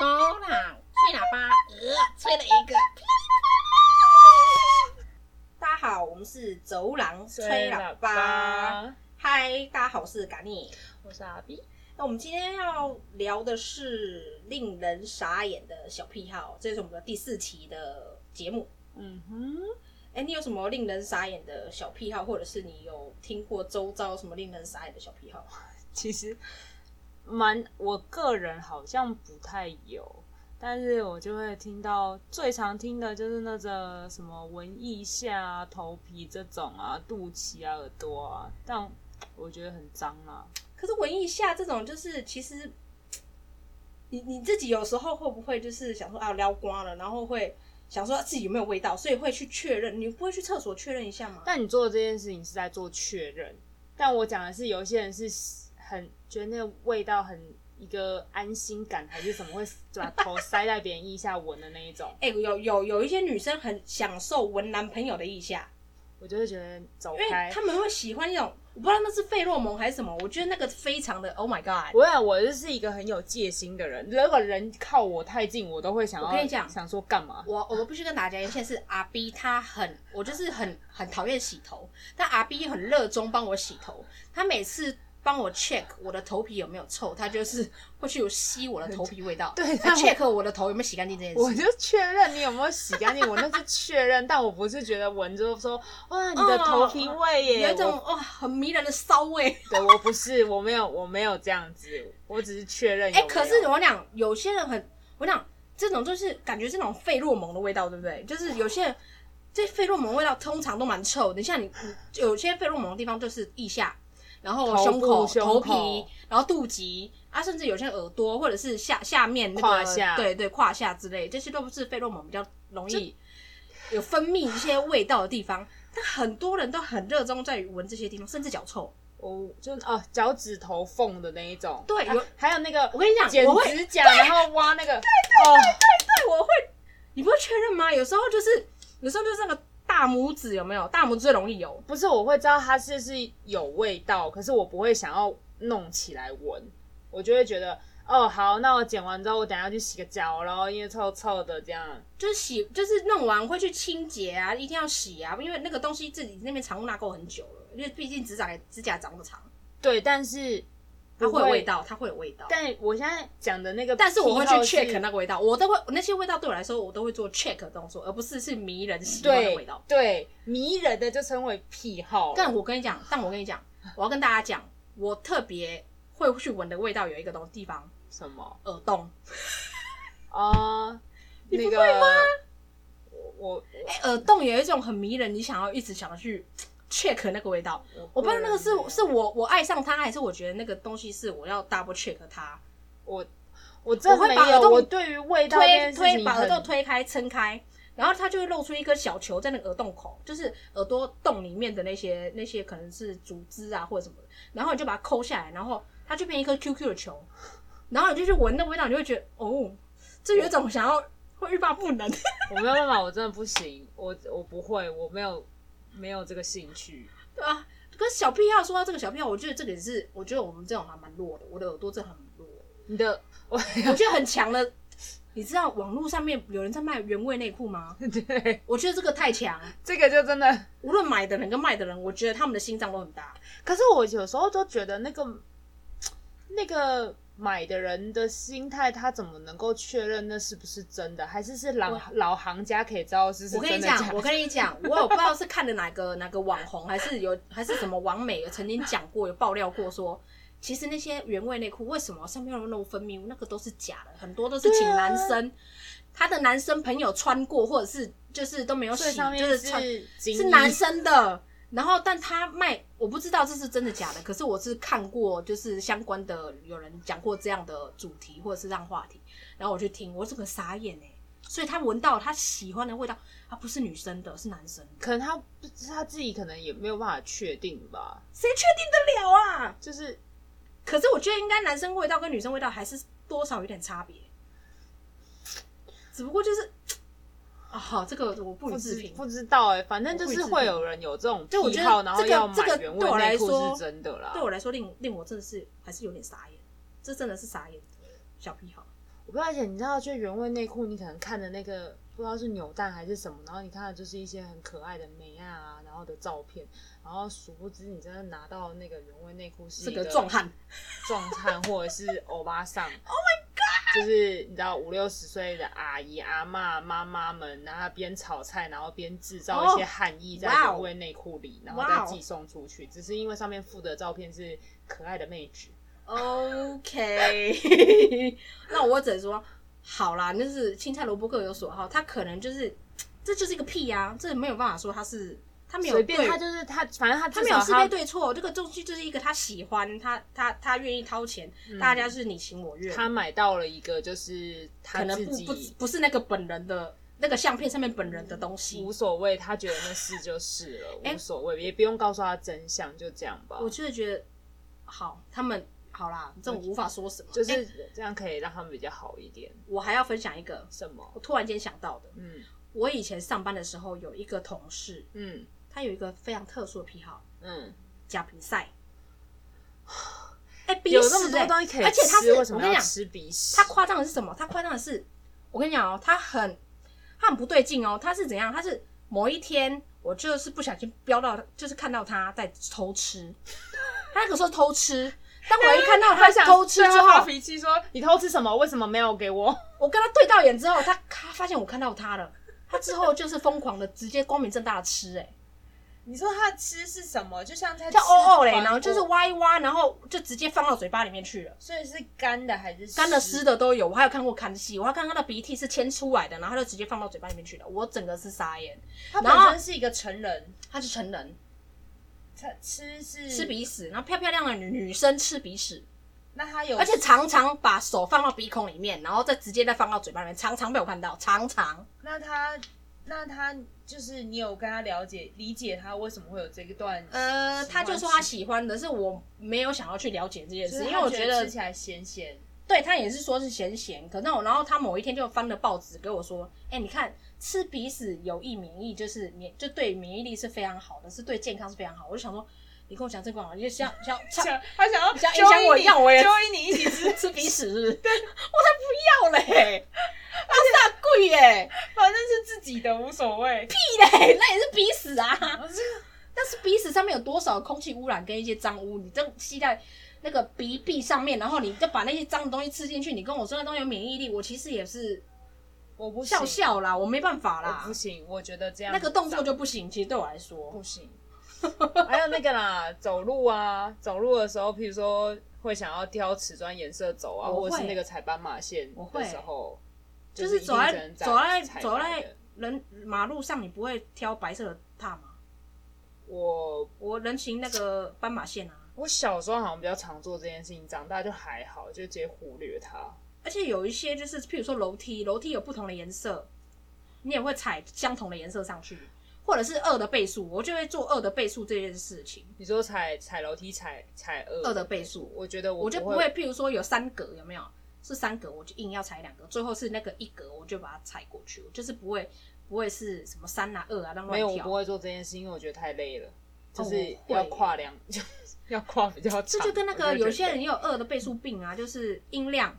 呃推了一个，大家好，我们是走廊吹喇喇叭。，嗨，大家好，我是嘎尼。我是阿 B，那我们今天要聊的是令人傻眼的小癖好，这是我们的第四期的节目。嗯哼，哎、你有什么令人傻眼的小癖好，或者是你有听过周遭什么令人傻眼的小癖好？其实蛮我个人好像不太有，但是我就会听到最常听的就是那个什么文腋下啊、头皮这种啊、肚脐啊、耳朵啊，但我觉得很脏啊。可是闻一下这种，就是其实你你自己有时候会不会就是想说啊撩光了，然后会想说自己有没有味道，所以会去确认。你不会去厕所确认一下吗？但你做的这件事情是在做确认，但我讲的是有一些人是很觉得那个味道很一个安心感，还是什么会把头塞在别人腋下闻的那一种，哎、有有有一些女生很享受闻男朋友的腋下，我就会觉得走因为开。他们会喜欢那种，我不知道那是费洛蒙还是什么，我觉得那个非常的 Oh my God。我啊想我就是一个很有戒心的人，如果人靠我太近，我都会想要我跟你讲想说干嘛？我我必须跟大家讲，现在是阿 B，他很我就是很很讨厌洗头，但阿 B 很热衷帮我洗头，他每次帮我 check 我的头皮有没有臭，他就是会去吸我的头皮味道， 对他但我 check 我的头有没有洗干净这件我事。就确认你有没有洗干净，我那是确认， 但我不是觉得闻着说哇你的头皮味耶，有一种我哦很迷人的骚味，对我不是我没有我没有这样子，我只是确认有哎、没有。可是我讲有些人很，我讲这种就是感觉是那种费洛蒙的味道，对不对？就是有些人这费洛蒙的味道通常都蛮臭的，像你你有些费洛蒙的地方就是腋下，然后头胸口、部胸头口皮，然后肚脐啊，甚至有些耳朵或者是下下面那个胯下对对胯下之类，这些都是费洛蒙比较容易有分泌一些味道的地方。但很多人都很热衷在于闻这些地方，甚至脚臭。我就哦脚趾头缝的那一种，对还有还有那个我跟你讲，剪我会指 甲，然后挖那个，哦，对，我会，你不会确认吗？有时候就是，有时候就是那个大拇指有没有？大拇指最容易有，不是我会知道它是是有味道，可是我不会想要弄起来闻，我就会觉得哦好，那我剪完之后我等一下去洗个脚，然后因为臭臭的这样，就是洗，就是弄完会去清洁啊，一定要洗啊，因为那个东西自己那边藏污纳垢很久了，因为毕竟指甲指甲长得长，对，但是它不会有味，道，它会有味道。但我现在讲的那个，但是我会去 check 那个味道，我都会那些味道对我来说，我都会做 check 的动作，而不是是迷人喜欢的味对道。对迷人的就称为癖好，但我跟你讲，但我跟你讲，我要跟大家讲，我特别会去闻的味道有一个东地方，什么耳洞。啊？你不那个会吗我我哎耳洞有一种很迷人，你想要一直想要去 check 那个味道。我不知道那个是人没有是我我爱上它，还是我觉得那个东西是我要 double check 它，我我真我的会没把耳有，洞我对于味道推这件事推情把耳很洞推开撑开，然后它就会露出一颗小球在那个耳洞口，就是耳朵洞里面的那些那些可能是组织啊或者什么的，然后你就把它抠下来，然后它就变一颗 QQ 的球，然后你就去闻那味道，你就会觉得哦，这有一种想要会欲罢不能。我没有办法，我真的不行，我我不会，我没有没有这个兴趣。对啊，可是小癖好说到这个小癖好，我觉得这个也是，我觉得我们这种还蛮弱的，我的耳朵真的很弱。你的 我？我觉得很强的，你知道网络上面有人在卖原味内裤吗对我觉得这个太强，这个就真的，无论买的人跟卖的人，我觉得他们的心脏都很大。可是我有时候都觉得那个那个买的人的心态，他怎么能够确认那是不是真的，还是是老老行家可以知道是是我跟真你的假讲，我的？跟你讲，我有不知道是看的哪个 哪个网红，还是有还是什么网美有曾经讲过，有爆料过说。其实那些原味内裤为什么上面有那种分泌物，那个都是假的，很多都是请对啊男生，他的男生朋友穿过，或者是就是都没有所以洗，上就面是穿是是是男生的。然后，但他卖，我不知道这是真的假的，可是我是看过，就是相关的有人讲过这样的主题或者是这样话题，然后我去听，我整个傻眼哎、所以他闻到他喜欢的味道，他不是女生的，是男生的，可能他不知他自己可能也没有办法确定吧，谁确定得了啊？就是可是我觉得应该男生味道跟女生味道还是多少有点差别，只不过就是啊，好，这个我不予不置知评。不知道哎、反正就是会有人有这种对我癖觉得好，然后这个要买这个原对我味来内裤说是真的啦对。我来说，令令我真的是还是有点傻眼，这真的是傻眼的小癖好。我不知道，而且你知道，就原味内裤，你可能看的那个不知道是扭蛋还是什么，然后你看的就是一些很可爱的美啊，然后的照片，然后殊不知你真的拿到那个原味内裤是是一个壮汉， 壮汉或者是欧巴 桑。Oh my god！就是你知道五六十岁的阿姨、阿嬷、妈妈们，然后边炒菜，然后边制造一些汗意在哇哦原味内裤里，然后哇再哦寄送出去。只是因为上面附的照片是可爱的妹纸， OK，那我只能说，好啦，那是青菜萝卜各有所好，他可能就是，这就是一个屁呀、这没有办法说他是，他没有随便对他就是他，反正他他至没少有是非他对错，这个东西就是一个他喜欢，他他他愿意掏钱，嗯大家是你情我愿，他买到了一个就是他可能自不不己不是那个本人的那个相片上面本人的东西无。所谓，他觉得那是就是了， 哎无所谓，也不用告诉他真相，就这样吧我。就是觉得，好，他们好啦，这种无法说什么。就哎是这样可以让他们比较好一点。我还要分享一个，什么？我突然间想到的，嗯我以前上班的时候有一个同事，嗯他有一个非常特殊的癖好，嗯，假鼻塞。哎、鼻有那么屎、多欸，东西可以吃，而且他是为什我么跟你要讲，吃鼻屎？他夸张的是什么？他夸张的是，我跟你讲哦，他很他很不对劲哦，他是怎样？他是某一天我就是不小心飙到，就是看到他在偷吃，他那个时候偷吃，但我一看到 他想偷吃对之他发后，脾气说：“你偷吃什么？为什么没有 给我我跟他对到眼之后，他他发现我看到他了，他之后就是疯狂的直接光明正大的吃、哎。？”你说他吃是什么？就像 他叫哦哦嘞，然后后就是挖一挖，然后就直接放到嘴巴里面去了。所以是干的还是干的、湿的都有，我还有看过看戏，我还看他的鼻涕是牵出来的，然后他就直接放到嘴巴里面去了。我整个是傻眼，他然后本身是一个成人，他是成人他吃是吃，鼻屎，然后漂漂亮亮的女女生吃鼻屎，那他有而且常常把手放到鼻孔里面，然后再直接再放到嘴巴里面，常常被我看到，常常那他，那他就是你有跟他了解理解他为什么会有这一段？呃，喜欢他就说他喜欢的，是我没有想要去了解这件就事，是因他为我觉觉得吃起来咸咸，对他也是说是咸咸，可那我然后他某一天就翻了报纸给我说，哎、你看吃鼻屎有益免疫，就是免就对免疫力是非常好的，是对健康是非常好。我就想说，你跟我讲这个好，你就像像像想他想要想影响我揪引你让我也揪引你一起吃，吃吃鼻屎是不 是，对我才不要嘞，他大贵耶，反正是自己的无所谓。屁嘞，那也是鼻屎啊。然后这个但是鼻屎上面有多少空气污染跟一些脏污，你这吸在那个鼻壁上面，然后你就把那些脏的东西吃进去，你跟我说那东西有免疫力，我其实也是我不行笑，笑啦，我没办法啦我不。行，嗯我觉得这样那个动作就不行，其实对我来说，不行。 还有那个啦，走路啊，走路的时候，譬如说会想要挑瓷砖颜色走啊，我或会者是那个踩斑马线我会的时候，就是一走定在只能走在踩走白在的人马路上，你不会挑白色的踏吗？我我人行那个斑马线啊，我小时候好像比较常做这件事情，长大就还好，就直接忽略它。而且有一些就是，譬如说楼梯，楼梯有不同的颜色，你也会踩相同的颜色上去，或者是二的倍数，我就会做二的倍数这件事情。你说踩踩楼梯踩踩二二的倍数我觉得我我就不不会，譬如说有三格有没有？是三格，我就硬要踩两格，最后是那个一格，我就把它踩过去，我就是不会不会是什么三啊二啊，让没有，乱我跳不。会做这件事，因为我觉得太累了，就哦是我要会跨两， 就要跨比较长。这就跟那我个觉得有些人也有二的倍数病啊，就是音量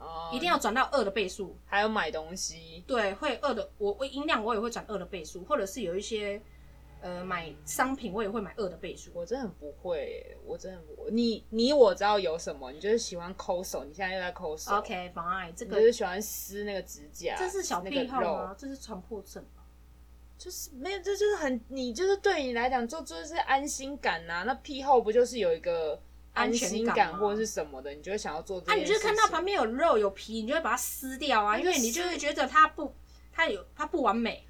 哦一定要转到二的倍数，还有买东西，对，会二的，我我音量我也会转二的倍数，或者是有一些呃买商品我也会买二的倍数，我真的很不会耶，我真的不会你你我知道有什么，你就是喜欢抠手，你现在又在抠手 OK fine，这你就个是喜欢撕那个指甲，这是小啊那个癖好肉吗？这是强迫症吧？就是没有，这就是很你就是对你来讲，就就是安心感呐、那癖好不就是有一个安全心感吗或者是什么的，你就会想要做这啊，件你事就情。是看到旁边有肉有皮，你就会把它撕掉啊，因为你就会觉得它不，它有它不完美，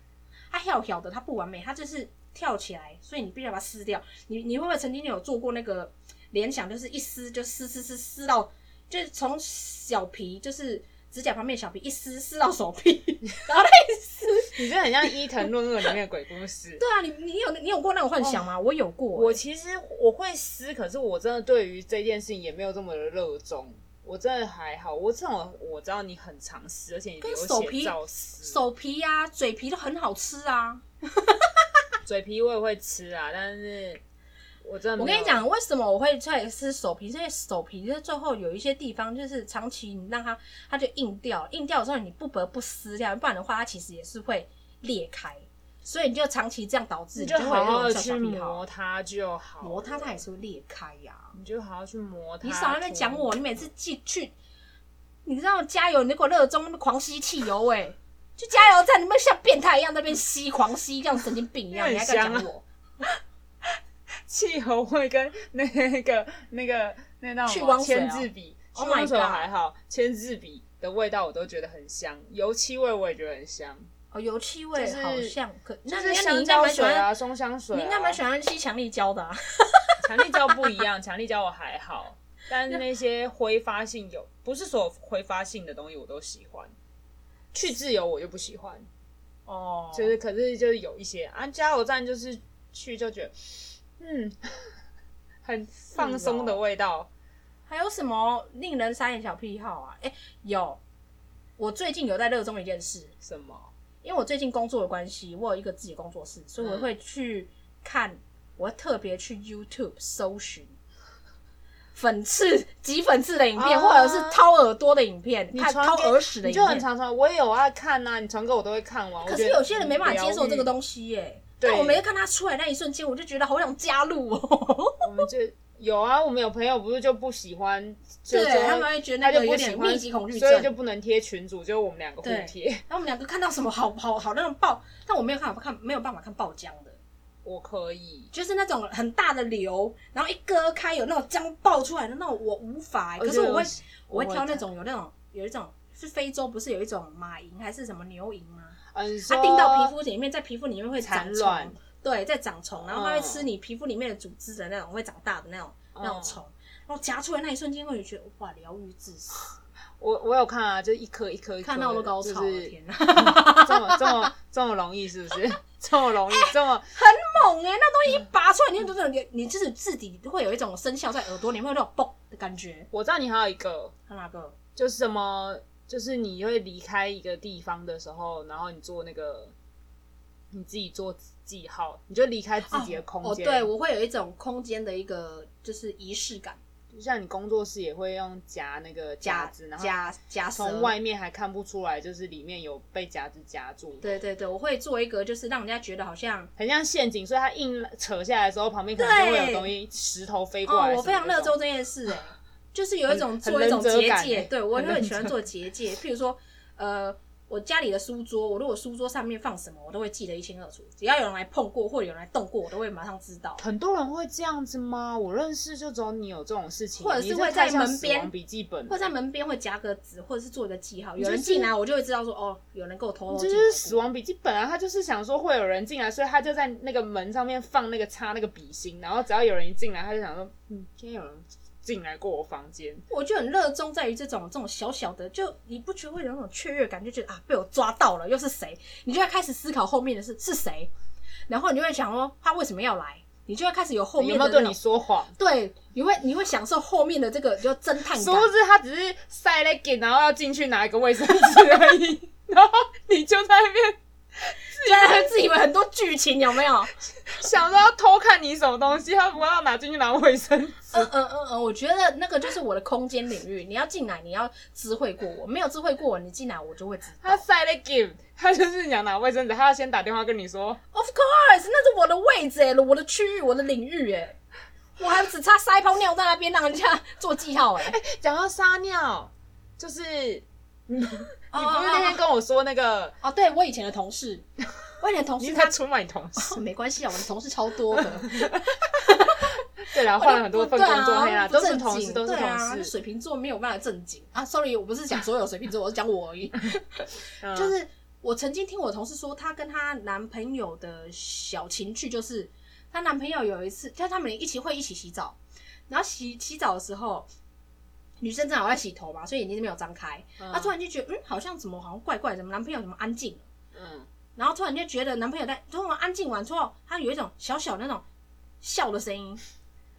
它跳跳的它不完美，它就是跳起来，所以你必须要把它撕掉。你你会不会曾经有做过那个联想，就是一撕就撕撕撕撕到，就是从小皮就是。指甲旁边的小皮一撕撕到手 臂，然后再撕。你就很像伊藤润二里面的鬼故 事。对啊，你你有你有过那种幻想吗？我有过、哦我其实我会撕，可是我真的对于这件事情也没有这么的热衷。我真的还好，我这种我知道你很常撕，而且你流跟手皮血照撕，手皮呀、嘴皮都很好吃啊。嘴皮我也会吃啊，但是我真的没有我跟你，讲，为什么我会在吃手皮？是因为手皮在最后有一些地方，就是长期你让它，它就硬掉，硬掉之后你不得不撕掉，不然的话它其实也是会裂开。所以你就长期这样导致，你你就就会有好那好种的小去小皮磨好，它就好，磨它它也，是会裂开啊呀、你就好好去磨它。你少在那边讲我，你每次进去，你知道加油，你给我热衷那边狂吸汽油、欸，哎，去加油站，你们像变态一样在那边吸，狂吸，像神经病一样，因你为还敢很讲 香啊我？汽油味跟那个 那个那那去种光水啊签字笔，去 Oh my 光水 God 还好，签字笔的味道我都觉得很香，油漆味我也觉得很香，哦，油漆味就是好像可，就那是那你香应该蕉蛮喜水欢，啊，松香水、啊，你应该蛮喜欢吸强力胶的、啊。 强力胶不一样， 强力胶我还好，但那些挥发性有，不是所有挥发性的东西我都喜欢。去自由我就不喜欢，哦，就是可是就是有一些啊，加油站就是去就觉得，嗯， 很放松的味道。还有什么令人傻眼小癖好啊？哎、有，我最近有在热衷一件事，什么？因为我最近工作的关系，我有一个自己的工作室，所以嗯我会去看，我会特别去 YouTube 搜寻粉刺、 挤粉刺的影片，啊或者是掏耳朵的影片，你看传掏给耳屎的你影就很片。常传，我也有爱看呐、你传给我都会看完。可我觉是得有些人没办法接受这个东东西耶、对但我每次看他出来那一瞬间，我就觉得好想加入哦、我们就有啊，我们有朋友不是就不喜欢， 就对是说他们会觉得他那就个不有喜点欢密集恐惧所以症。就不能贴群主，就我们两个互对贴。然后我们两个看到什么好好好那种爆，但我没有看看没有办法看爆浆的，我可以，就是那种很大的流，然后一割开有那种浆爆出来的那种，我无法、欸。可是我会我会挑那种有那种有一种是非洲不是有一种马蝇还是什么牛蝇吗？嗯，它说叮到皮肤里面，在皮肤里面会长产虫卵，对，在长虫，然后它会嗯吃你皮肤里面的组织的那种会长大的那种那种嗯虫，然后夹出来那一瞬间，我就觉得哇，疗愈至死，我我有看啊，就一颗一颗一颗的，看到都高潮，就我是的天哪！ 这么这么这么容易，是不是？ 这么容易，这么猛哎、那东西一拔出来，你就真的， 你就是自己会有一种生效在耳朵里面有那种嘣的感觉。我知道你还有一个，看哪个？就是什么，就是你会离开一个地方的时候，然后你做那个你自己做记号，你就离开自己的空哦，间、对，我会有一种空间的一个就是仪式感，就像你工作室也会用夹那个夹夹子，然后夹夹舌从。外面还看不出来，就是里面有被夹子夹住，对对对，我会做一个，就是让人家觉得好像很像陷阱，所以它硬扯下来的时候，旁边可能就会有东西石头飞过哦来，什么的。我非常热衷这件事 哎、就是有一种很做一种很忍结者感界，欸对我 很会忍很者喜欢做结界，譬如说呃。我家里的书桌，我如果书桌上面放什么，我都会记得一清二楚。只要有人来碰过，或者有人来动过，我都会马上知道。很多人会这样子吗？我认识就只有你有这种事情，或者你是这会在太像门边死亡笔记本，会在门边会夹个纸，或者是做一个记号。你就有是人进来，我就会知道说，哦，有人给我偷偷这进就来。是死亡笔记本啊！他就是想说会有人进来，所以他就在那个门上面放那个插那个笔芯，然后只要有人一进来，他就想说，嗯，今天有人进来过我房间，我就很热衷在于这种这种小小的，就你不觉得会有那种雀跃感，就觉得啊被我抓到了，又是谁？你就会开始思考后面的是是谁，然后你就会想说他为什么要来，你就会开始有后有面没的有那对你种。说谎？对，你会你会享受后面的这个就侦探殊感不，知他只是塞 l e g 然后要进去拿一个卫生纸而已， 然后你就在那边对，自以为很多剧情有没 有？想着要偷看你什么东西，他不要拿进去拿卫生纸。嗯嗯嗯嗯，我觉得那个就是我的空间领域。你要进来，你要知会过我；没有知会过我，你进来我就会知道。他塞了 give，他就是想拿卫生纸，他要先打电话跟你说， Of course，那是我的位置哎、我的区域，我的领域哎、我还只差塞一泡尿在那边让人家 做记号哎、讲到撒尿，就是你你不是哦那天跟我说那个，哦，对我以前的同事， 我以前的同你事是他在出卖你同事，没关系啊，我的同事超 多的，对啦，换了很多份工作，对嘿啦，啊，都是不正同事，经都是对啊同事，水瓶座没有办法正经啊。Sorry，我不是讲所有水瓶座，我是讲我而已。嗯啊就是我曾经听我同事说，她跟她男朋友的小情趣就是，她男朋友有一次，就他们一起会一起洗澡，然后洗洗澡的时候，女生正好在洗头嘛，所以眼睛没有张开，嗯她突然就觉得，嗯，好像怎么好像怪怪的，怎么男朋友怎么安静了，嗯，然后突然就觉得男朋友在，突然安静完之后，她有一种小小那种笑的声音，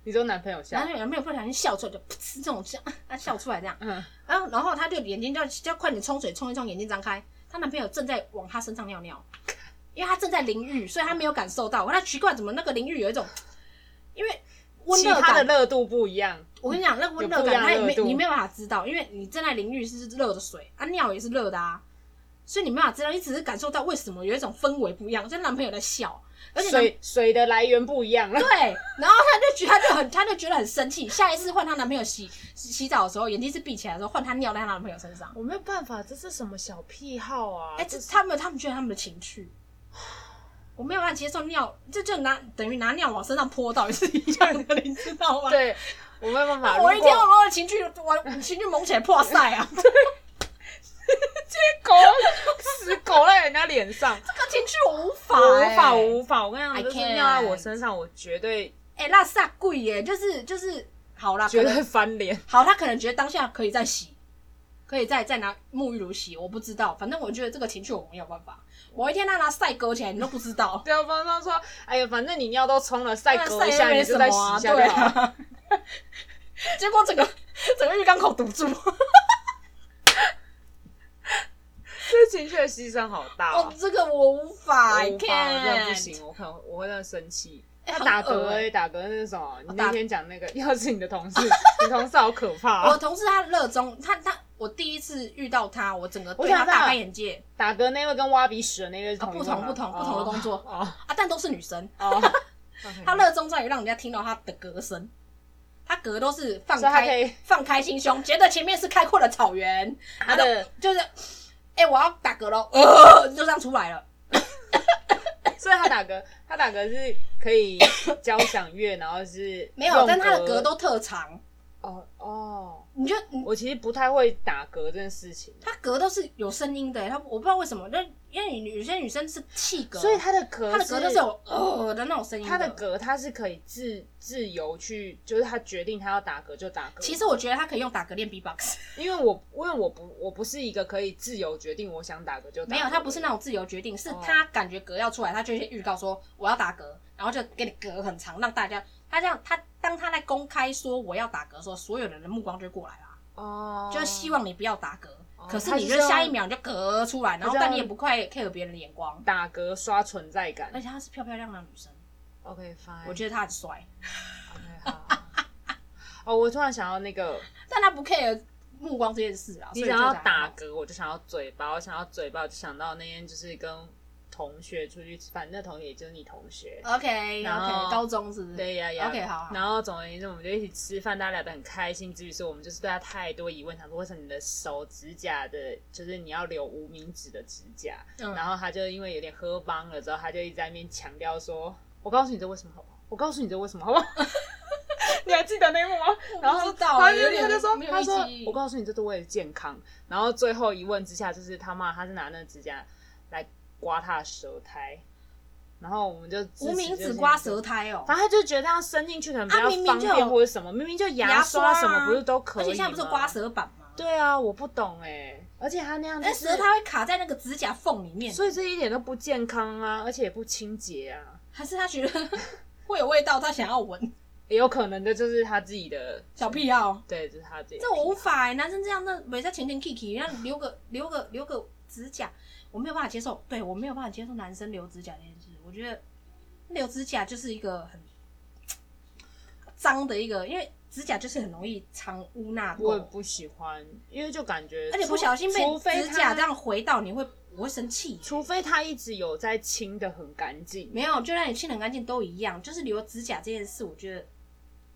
你说男朋友然笑后，男朋友不小心笑出来，就噗嗤这种笑，她笑出来这样。嗯，然啊后然后她就眼睛就要就要快点冲水冲一冲，眼睛张开，她男朋友正在往她身上尿尿，因为她正在淋浴，所以她没有感受到。我她奇怪，怎么那个淋浴有一种，因为温其热他的感，热度不一样，我跟你讲，那个温有热不一感，样它也热没度你没有办法知道，因为你正在淋浴是热的水啊，尿也是热的啊，所以你没办法知道，你只是感受到为什么有一种氛围不一样，像男朋友在笑，而且男水水的来源不一样了。对，然后她就觉得她就很，她就觉得很生气。下一次换她男朋友洗洗澡的时候，眼睛是闭起来的时候，换她尿在她男朋友身上。我没有办法，这是什么小癖好啊？哎、这他们他们觉得他们的情趣，我没有办法接受尿，这就拿等于拿尿往身上泼，到底是一样的，你知道吗？，对我没有办 法。我一如天果我的情趣，我情趣猛起来破塞啊！这狗死狗在人家脸上，个情趣我无法、我无法哎我无法。我跟你讲， I 就是 can't 尿在我身上，我绝对哎、那煞贵耶，就是就是好啦，绝可对能翻脸。。好，他可能觉得当下可以再洗，可以再再拿沐浴乳洗，我不知道，反正我觉得这个情绪我没有办法。我一天让他晒割起来，你都不知道对方他说：“哎呀，反正你尿都冲了，再那隔一晒下，又你没就什再么洗啊，一下就对好了。啊。 结果整个整个浴缸口堵住，这情绪的牺牲好大 哦哦，，这个我无法我无法，我真的不 I can't 行，我可能我会让生气。哎那很打嗝恶哎，欸打嗝是什么？你打那天讲那个，要是你的同 事，你同事好可怕我哦。同事他热衷，他他我第一次遇到他，我整个我对想他到了大开眼界打嗝那位跟挖鼻屎的那个是啊，哦同一不个吗同不同不同的工作哦啊，但都是女生。哦，他热衷在于让人家听到他的歌声，他歌都是放所以他可开以放开心胸，觉得前面是开阔的草原，他的，就是，哎、我要打嗝喽，呃，就这样出来了。所以他打嗝，他打嗝是可以交响乐，然后是没有，用但他的嗝都特长，哦哦。你就你我其实不太会打嗝这件事情，他嗝都是有声音的、欸他我不知道为什么，那因为有些女生是气嗝，所以他的嗝，她的嗝都是有呃的那种声音他的嗝，他是可以自自由去，就是他决定他要打嗝就打嗝。其实我觉得他可以用打嗝练 B-box，因为我因为我不我不是一个可以自由决定我想打嗝就打嗝的人，没有，他不是那种自由决定，是哦他感觉嗝要出来，他就会预告说我要打嗝，然后就给你嗝很长，让大家他这样，他当他在公开说我要打嗝的时候，所有人的目光就过来了，哦，就是希望你不要打嗝。哦可是他你就就是要下一秒你就嗝出来，然他后就要但你也不快 care 别人的眼光，打嗝刷存在感而。且她是漂漂亮亮的女生， OK fine，我觉得她很帅， OK 好。哦，我突然想到那个，但她不 care 目光这件事啊。你所以想就要还好打嗝，我就想要嘴巴，我想要嘴巴，我就想到那天就是跟同学出去吃饭，那同学也就是你同学， ？OK 然后 OK，高中是不是？对呀呀。嗯 OK，好好然后总而言之，我们就一起吃饭，大家聊得很开心。至于说我们就是对他太多疑问，想说为什么你的手指甲的，就是你要留无名指的指甲。嗯然后他就因为有点喝帮了之后，他就一直在那边强调说：“我告诉你这为什么好不好？我告诉你这为什么好 不好？”你还记得那一幕吗？然后不知道欸他有就点他就说没：“有他说意义我告诉你，这是为了健康。”然后最后一问之下，就是他妈他是拿那个指甲来刮他的舌苔，然后我们就无名指刮舌苔哦，反正他就觉得这样伸进去可能比较啊明方明就便有或者什么，明明就牙刷啊什么不是都可以而吗？且现在不是刮舌板吗？对啊，我不懂哎、而且他那样就那是舌，它会卡在那个指甲缝里面，所以这一点都不健康啊，而且也不清洁啊，还是他觉得 会有味道，他想要闻也有可能的就是他自己的，小哦癖好。对，就是他自己的。这我无法哎、男生这样那每在前前 kiki，那留个留个留个指甲，我没有办法接受。对我没有办法接受男生留指甲这件事，我觉得留指甲就是一个很脏的一个，因为指甲就是很容易藏污纳我也垢，不喜欢，因为就感觉而且除不小心被除非指甲这他，样回到，你会我会生气。除非他一直有在清的很干净，没有，就让你清得很干净都一样。就是留指甲这件事，我觉得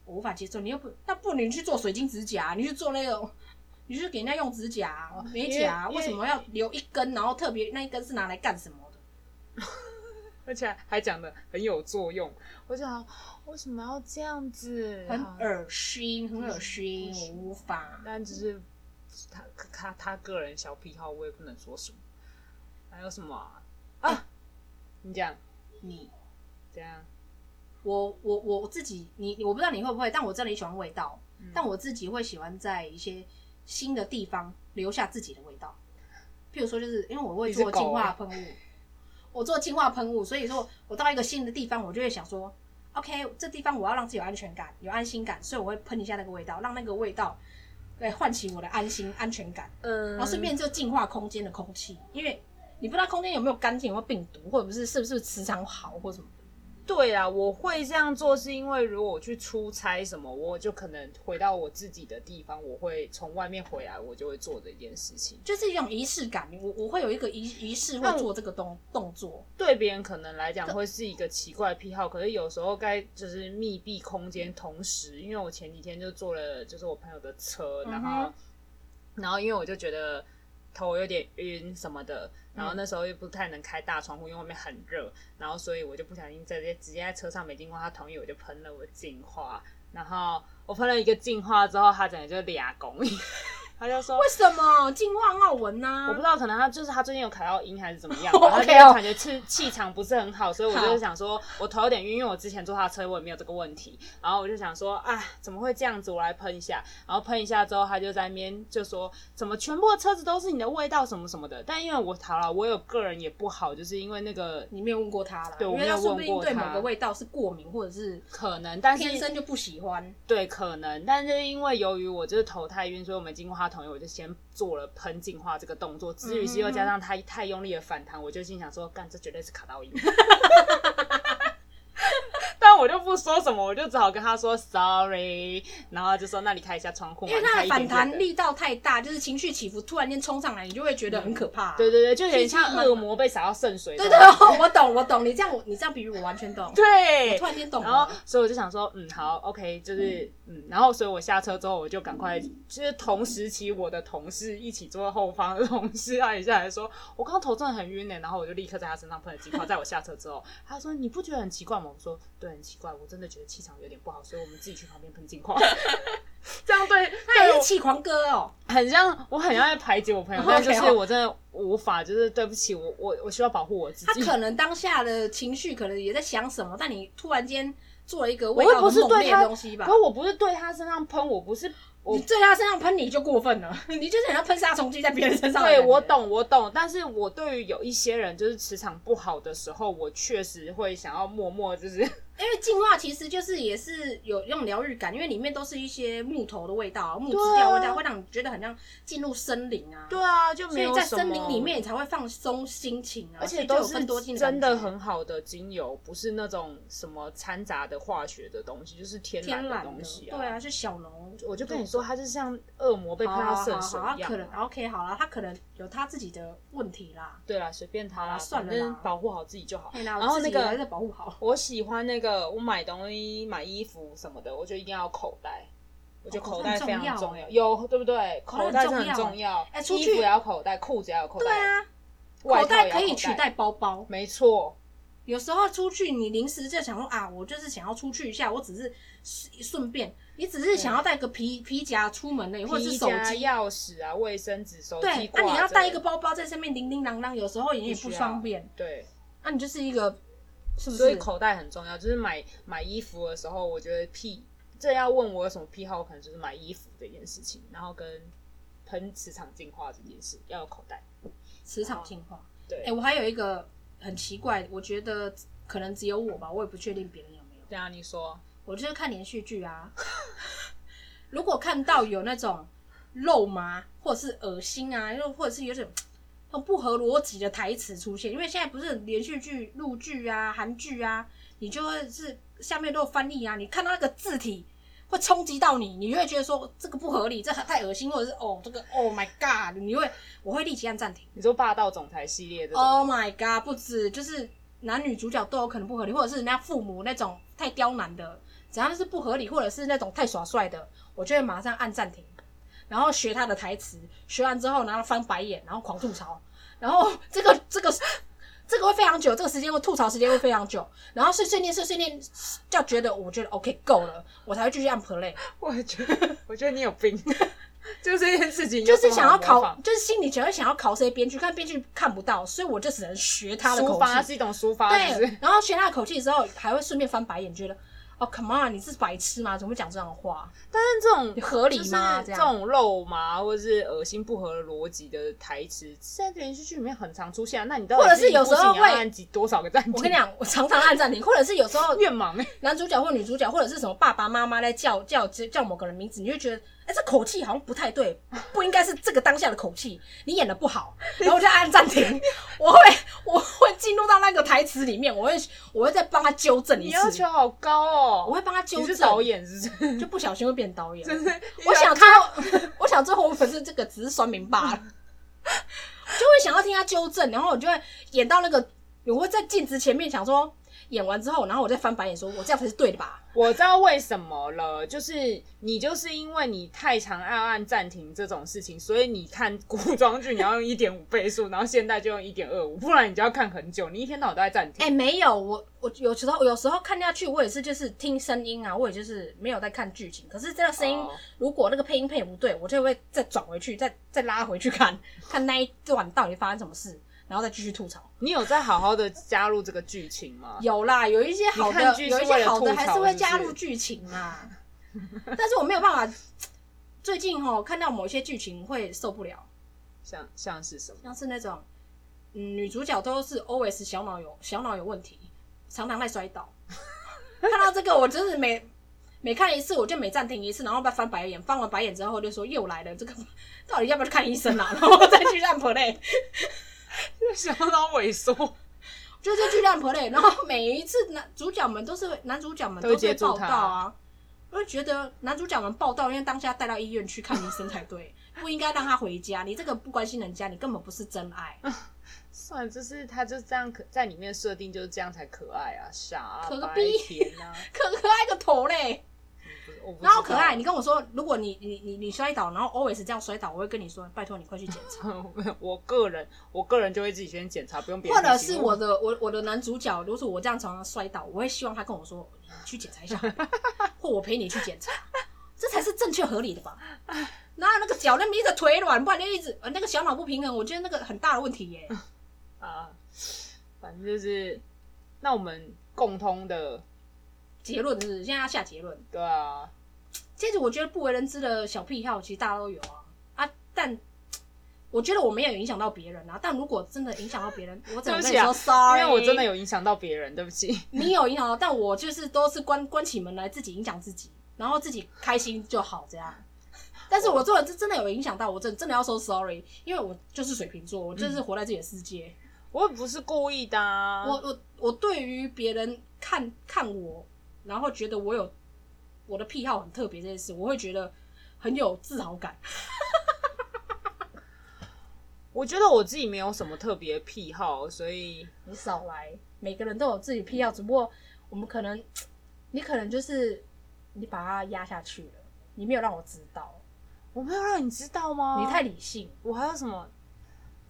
我无法接受。你又不，那不你去做水晶指甲，你去做那个， 你去给人家用指甲、美甲，因为为什么要留一根？然后特别那一根是拿来干什么的？而且还讲的很有作用。我想为什么要这样子？很好恶心，很恶心，不我行无法。但就是他他他个人小癖好，我也不能说什么。还有什么啊？啊你讲你，这样，我我我自己，你我不知道你会不会，但我真的很喜欢味道，嗯但我自己会喜欢在一些新的地方留下自己的味道。譬如说，就是因为我会你是做净狗欸化喷雾，我做净化喷雾，所以说我到一个新的地方，我就会想说，OK，这地方我要让自己有安全感、有安心感，所以我会喷一下那个味道，让那个味道对唤起我的安心、安全感，嗯然哦后顺便就净化空间的空气，因为你不知道空间有没有干净、有没有病毒，或者是是不是磁场好或什么的。对啦，我会这样做是因为如果我去出差什么，我就可能回到我自己的地方，我会从外面回来，我就会做这件事情。就是一种仪式感。我我会有一个仪仪式会做这个动动作，对别人可能来讲会是一个奇怪的癖好，可是有时候该就是密闭空嗯间，同时，因为我前几天就坐了就是我朋友的车，然后、嗯然后因为我就觉得头有点晕什么的，然嗯后那时候又不太能开大窗户，因为外面很热，然后所以我就不小心直接直接在车上没经过他同意，我就喷了我净化，然后我喷了一个净化之后，他整个就俩拱，他就说为什么净化很好闻呢、我不知道，可能他就是他最近有卡到音还是怎么 样 OK 哦吧，他就感觉气气场不是很好，所以我好就想说，我头有点晕，因为我之前坐他的车我也没有这个问题，然后我就想说，啊，怎么会这样子？我来喷一下，然后喷一下之后，他就在那边就说，怎么全部的车子都是你的味道什么什么的？但因为我好了，我有个人也不好，就是因为那个你没有问过他啦，对我因为没有他说不问定过对他某个味道是过敏，或者是可能，但是天生就不喜欢。对，可能，但是因为由于我就是头太晕，所以我没经过他同意，我就先做了喷净化这个动作。至于是又嗯加上他太用力的反弹，我就心想说，干，这绝对是卡 到音。 但我就不说什么，我就只好跟他说 sorry，然后就说那你开一下窗户嘛，因为它开的一反点点弹。力道太大，就是情绪起伏突然间冲上来，你就会觉得很可怕、对对对，就有点像气氛嘛恶魔被洒到圣水那对种。对，对 我懂我懂，你这样我你这样比喻我完全懂，对突然间懂然后了。，所以我就想说，嗯，好，OK，就是，嗯然后，所以我下车之后，我就赶快，就是同时期我的同事一起坐在后方的同事，他也下来说，我刚刚头真的很晕欸呢、然后我就立刻在他身上喷了几块，在我下车之后，他说你不觉得很奇怪吗？我说对，很奇怪，我真的觉得气场有点不好，所以我们自己去旁边喷金块。 这样对，他也对是我气狂哥哦，，很像，我很像在排解我朋友但就 OK，是哦我真的无法，就是对不起，我我我需要保护我自他己。可能当下的情绪可能也在想什么，但你突然间做了一个我味又道不很是猛对烈的他，东西吧可。我不是对他身上喷，我不是我你在他身上喷，你就过分了，你就是很像喷杀虫剂在别人身上的感对，觉。我懂，我懂。但是我对于有一些人就是磁场不好的时候，我确实会想要默默 就是，因为净化其实就是也是有用疗愈感，因为里面都是一些木头的味道、木质对调啊味道，会让你觉得很像进入森林啊。，啊，就所以在森林里，面你才会放松心情啊，而且所以都就有是更多精真感的觉很好的精油，不是那种什么掺杂的化学的东西，就是天天的然的东，西对啊，是小农。我就跟你说，它就像恶魔被好喷好到好圣水好，一他样可能啊。 OK 好了，他可能有他自己的问题啦。对啦，随便他好啦啦，算了反正啦保护好自己就好。对啦，哦然后我自那己也还个在保护好。我喜欢那个，我买东西、买衣服什么的，我就一定要口袋。我觉得哦口袋非常重要，有对不对？口口袋袋很重要真的很重要，哎出衣去服也要口袋，裤子也要口袋，对，啊，外口套袋也要可口以取代，包包。没错，有时候出去，你临时就想说啊，我就是想要出去一下，我只是顺顺便，你只是想要带个皮皮夹出门而已，或者是皮手夹、机。钥匙啊、卫生纸、手机对，挂那、着，你要带一个包包在上面叮叮啷啷，有时候也不不需要方便。对，那、你就是一个，是不所以是？口袋很重要。就是买买衣服的时候，我觉得癖，这要问我有什么癖好，我可能就是买衣服这件事情，然后跟喷磁场净化这件事要有口袋。磁场进化。对哎、，我还有一个很奇怪，我觉得可能只有我吧，我也不确定别人有没有。对啊，你说，我就是看连续剧啊， 如果看到有那种肉麻或者是恶心啊，又或者是有点很不合逻辑的台词出现，因为现在不是连续剧、陆剧啊、韩剧啊，你就会是下面都有翻译啊，你看到那个字体。会冲击到你，你就会觉得说这个不合理，这个太恶心，或者是哦这个 Oh my God，你会我会立即按暂停。你说霸道总裁系列这种。 Oh my god！不止就是男女主角都有可能不合理，或者是人家父母那种太刁难的，只要是不合理或者是那种太耍帅的，我就会马上按暂停，然后学他的台词，学完之后然后翻白眼，然后狂吐槽，然后 这个这个。这个会非常久，这个时间会吐槽时间会非常久，然后碎碎念碎碎念，要觉得我觉得 OK 够了，我才会继续按 play，我觉得， 我觉得你有病，就这件事情有就什是么想要好模考仿，就是心里只会想要考谁编剧，看编剧看不到，所以我就只能学他的口抒气。发是一种抒发，就对是，然后学他的口气之后，还会顺便翻白眼，觉得哦，come on，你是白痴吗？怎么会讲这样的话？但是这种 你合理就是吗？这这样种肉麻或是恶心不合逻辑的台词，现在连续剧里面很常出现啊。那你到底或者是有时候一部戏你要会按几多少个暂停？我跟你讲，我常常按暂停，或者是有时候 越忙欸男主角或女主角，或者是什么爸爸妈妈在叫叫叫某个人名字，你就觉得哎、哎，这口气好像不太对，不应该是这个当下的口气，你演的不 好，然后我就按暂停，我会我会进入到那个台词里面，我会我会再帮他纠正你一要次求，好高哦！我会帮他纠你是正，导演是不是？就不小心会变导演，真的，我想最后，我想最后我粉丝这个只是酸民罢了，就会想要听他纠正，然后我就会演到那个，我会在镜子前面想说，演完之后，然后我再翻白眼说，我这样才是对的吧？我知道为什么了，就是你就是因为你太常按按暂停这种事情，所以你看古装剧你要用一点五倍速，然后现代就用一点二五，不然你就要看很久，你一天到晚都在暂停。哎、没有，我我有时候有时候看下去，我也是就是听声音啊，我也就是没有在看剧情，可是这个声音、哦如果那个配音配得不对，我就会再转回去，再再拉回去看看那一段到底发生什么事，然后再继续吐槽。你有在好好的加入这个剧情吗？有啦，有一些好你看的，剧是有一为些了好的吐槽还是会加是入不剧情啦。 但是我没有办法，最近哦看到某一些剧情会受不了，像像是什么？ 像是那种嗯女主角都是 OS 小脑有小脑有问题，常常在摔倒。 看到这个我真是每每看一次我就每暂停一次，然后再翻白眼，翻完白眼之后就说又来了，这个 到底要不要去看医生啊？然后再去按 play。想到萎缩，就是去烂 play，然后每一次男主角们都是男主角们都都会是接住报他道啊，我就觉得男主角们报道，因为当下带到医院去看医生才对，不应该让他回家。你这个不关心人家，你根本不是真 爱。算了，就是他就这样可在里面设定就是这样才可爱啊，傻啊，可个白逼甜啊，可可爱个头嘞，不是我不知道然后可爱，你跟我说，如果你你你你摔倒，然后 always 这样摔倒，我会跟你说，拜托你快去检查。 我个人，我个人就会自己先检查，不用别人或提者醒是我的我我的男主角，如果是我这样常常摔倒，我会希望他跟我说你去检查一下，或我陪你去检查，这才是正确合理的吧？哪有那个脚那么一直腿软，不然就一直呃那个小脑不平衡，我觉得那个很大的问题耶。啊，反正就是，那我们共通的，结论是现在要下结论，对啊，接着我觉得不为人知的小癖好，其实大家都有啊啊，但。我觉得我没有影响到别人啊，但如果真的影响到别人，我只能跟对不起你啊说 sorry，因为我真的有影响到别人，对不起。 你有影响到，但我就是都是关关起门来自己影响自己，然后自己开心就好这样。但是我做的这真的有影响到我，真真的要说 sorry，因为我就是水瓶座，我就是活在自己的世界。我也不是故意的、啊，我我我对于别人看看我，然后觉得我有我的癖好很特别这件事，我会觉得很有自豪感。我觉得我自己没有什么特别癖好，所以你少来，每个人都有自己癖好，只不过我们可能你可能就是你把它压下去了，你没有让我知道，我没有让你知道吗？你太，理性。我还有什么？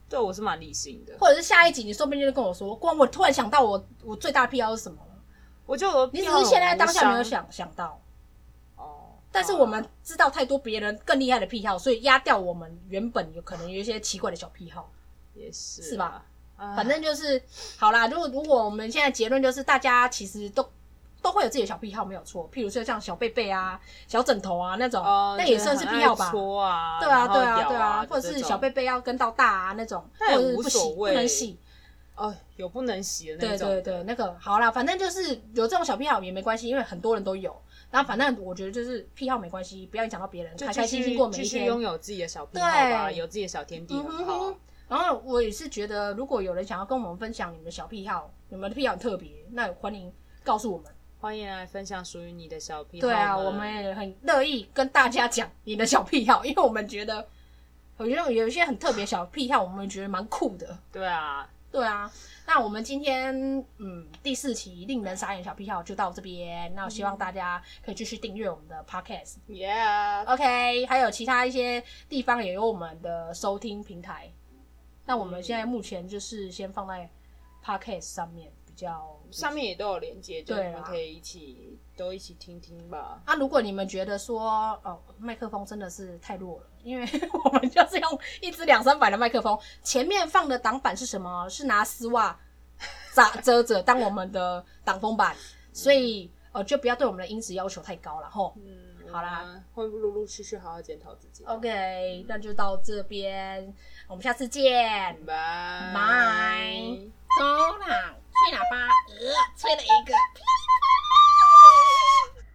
对我是蛮理性的，或者是下一集你说不定就跟我说，光我突然想到我我最大的癖好是什么了。我就有你只是现在当下没有想想到，哦，但是我们知道太多别人更厉害的癖好，所以压掉我们原本有可能有一些奇怪的小癖好。也是是吧啊？反正就是好啦，如果如果我们现在结论就是大家其实都。都会有自己的小癖好，没有错。譬如说像小贝贝啊、小枕头啊那种，哦，那也算是癖好吧就是很爱。搓啊，对啊，啊，对啊，对啊，或者就是这种小贝贝要跟到大啊那种，那或者也是无不所洗不谓能洗，哦，有不能洗的那对种，对对，那个好啦，反正就是有这种小癖好也没关系，因为很多人都有。然后反正我觉得就是癖好没关系，不要影响到别人，就开继开心心续过每继一续天。拥有自己的小癖好吧，对有自己的小天地嗯很哼好。哼。然后我也是觉得，如果有人想要跟我们分享你们的小癖好，你们的癖好很特别，那也欢迎告诉我们。欢迎来分享属于你的小癖好。对啊，我们也很乐意跟大家讲你的小癖好，因为我们觉得，我觉得有一些很特别小癖好，我们觉得蛮酷的。对啊，对啊，那我们今天嗯第四期令人傻眼小癖好就到这边，那我希望大家可以继续订阅我们的 podcast。 yeah， OK，还有其他一些地方也有我们的收听平台。那我们现在目前就是先放在 podcast 上面比较上面也都有连接，就对你啊们可以一起都一起听听吧。啊，如果你们觉得说，哦，麦克风真的是太弱了，因为 我们就是用一支两三百的麦克风，前面放的挡板是什么？是拿丝袜扎遮着当我们的挡风板，所以呃，就不要对我们的音质要求太高了吼。嗯，好啦我们会陆陆续续好好检讨自己。 OK，那就到这边，我们下次见。拜拜拜。走啦，吹喇叭，呃，吹了一个。噼里啪啦